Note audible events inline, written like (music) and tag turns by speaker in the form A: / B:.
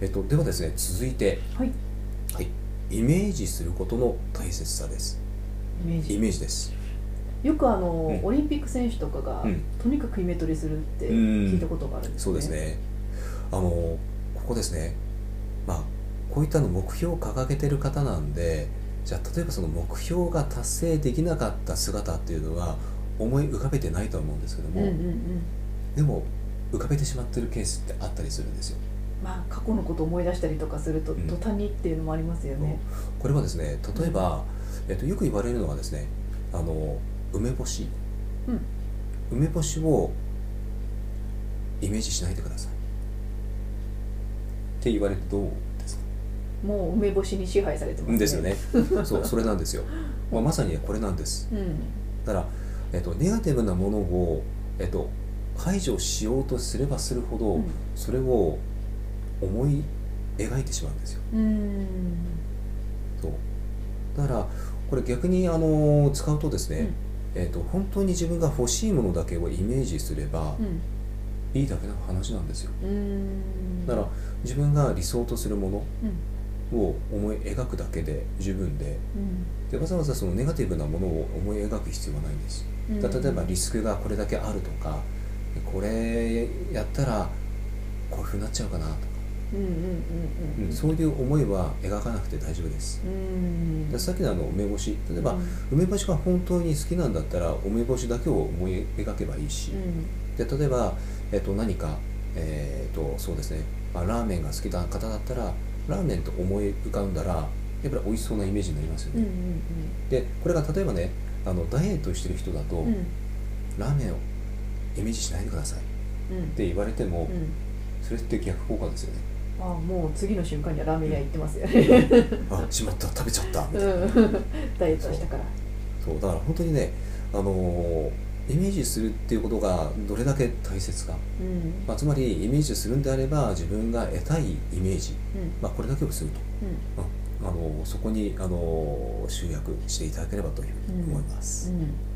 A: えっと、ではですね続いて、
B: はい
A: はい、イメージすることの大切さです
B: イメージ
A: イメージです
B: よくあの、
A: うん
B: オリンピック選手とかが、
A: うん
B: とにかくイメトレするって
A: うん
B: 聞いたことがあるんです
A: そう
B: ね。
A: ですねあのここですねまあこういったの目標を掲げてる方なんでじゃあ例えばその目標が達成できなかった姿っていうのは思い浮かべてないとは思うんですけど
B: う
A: も、
B: んうんうん。
A: でも浮かべてしまってるケースってあったりするんですよ
B: まあ過去のことを思い出したりとかすると、
A: うん
B: 途端にっていうのもありますよね。
A: これはですね例えば、えっと、よく言われるのはですねあの梅干し、
B: うん
A: 梅干しをイメージしないでくださいって言われてどうですか
B: もう梅干しに支配されてますね。
A: ですよ。
B: (laughs)
A: ねそうそれなんですよ、まあ、まさにこれなんです
B: うん。
A: だから、えっと、ネガティブなものを、えっと、排除しようとすればするほど、
B: うん
A: それを思い描いてしまうんですよ
B: うん。
A: そうだからこれ逆にあの使うとですね、えー、と本当に自分が欲しいものだけをイメージすれば
B: うん。
A: いいだけの話なんですよ
B: うん。
A: だから自分が理想とするも
B: うん。
A: のを思い描くだけで十分ででわざわざそのネガティブなものを思い描く必要はないんです
B: うん。
A: だ例えばリスクがこれだけあるとかこれやったらこういうふうになっちゃうかなとか、
B: うんうんうんうん。
A: うんそういう思いは描かなくて大丈夫です
B: うん。
A: でさっきのあの梅干し例えば
B: うん
A: 梅干しが本当に好きなんだったら梅干しだけを思い描けばいいし、で例えば、えっと、何か、えっとそうですね、まあ、ラーメンが好きな方だったらラーメンと思い浮かんだらやっぱり美味しそうなイメージになりますよ
B: うんうん
A: ね、でこれが例えばねあのダイエットしてる人だと、
B: うんうん。うん
A: ラーメンをイメージしないでくださいっ
B: うん。
A: て言われても、
B: うん。
A: それって逆効果ですよね
B: あもう次の瞬間にはラーメン屋行ってますよね。
A: あしまった食べちゃったみた
B: う
A: いな、
B: ん。 (laughs) ダイエットしたから。
A: そうだから本当にねあのーイメージするっていうことがどれだけ大切か、
B: うん。
A: まあ、つまりイメージするんであれば自分が得たいイメージ、
B: うん。
A: まあ、これだけをすると
B: うん。
A: あのそこにあの集約していただければというふうに思います。
B: うん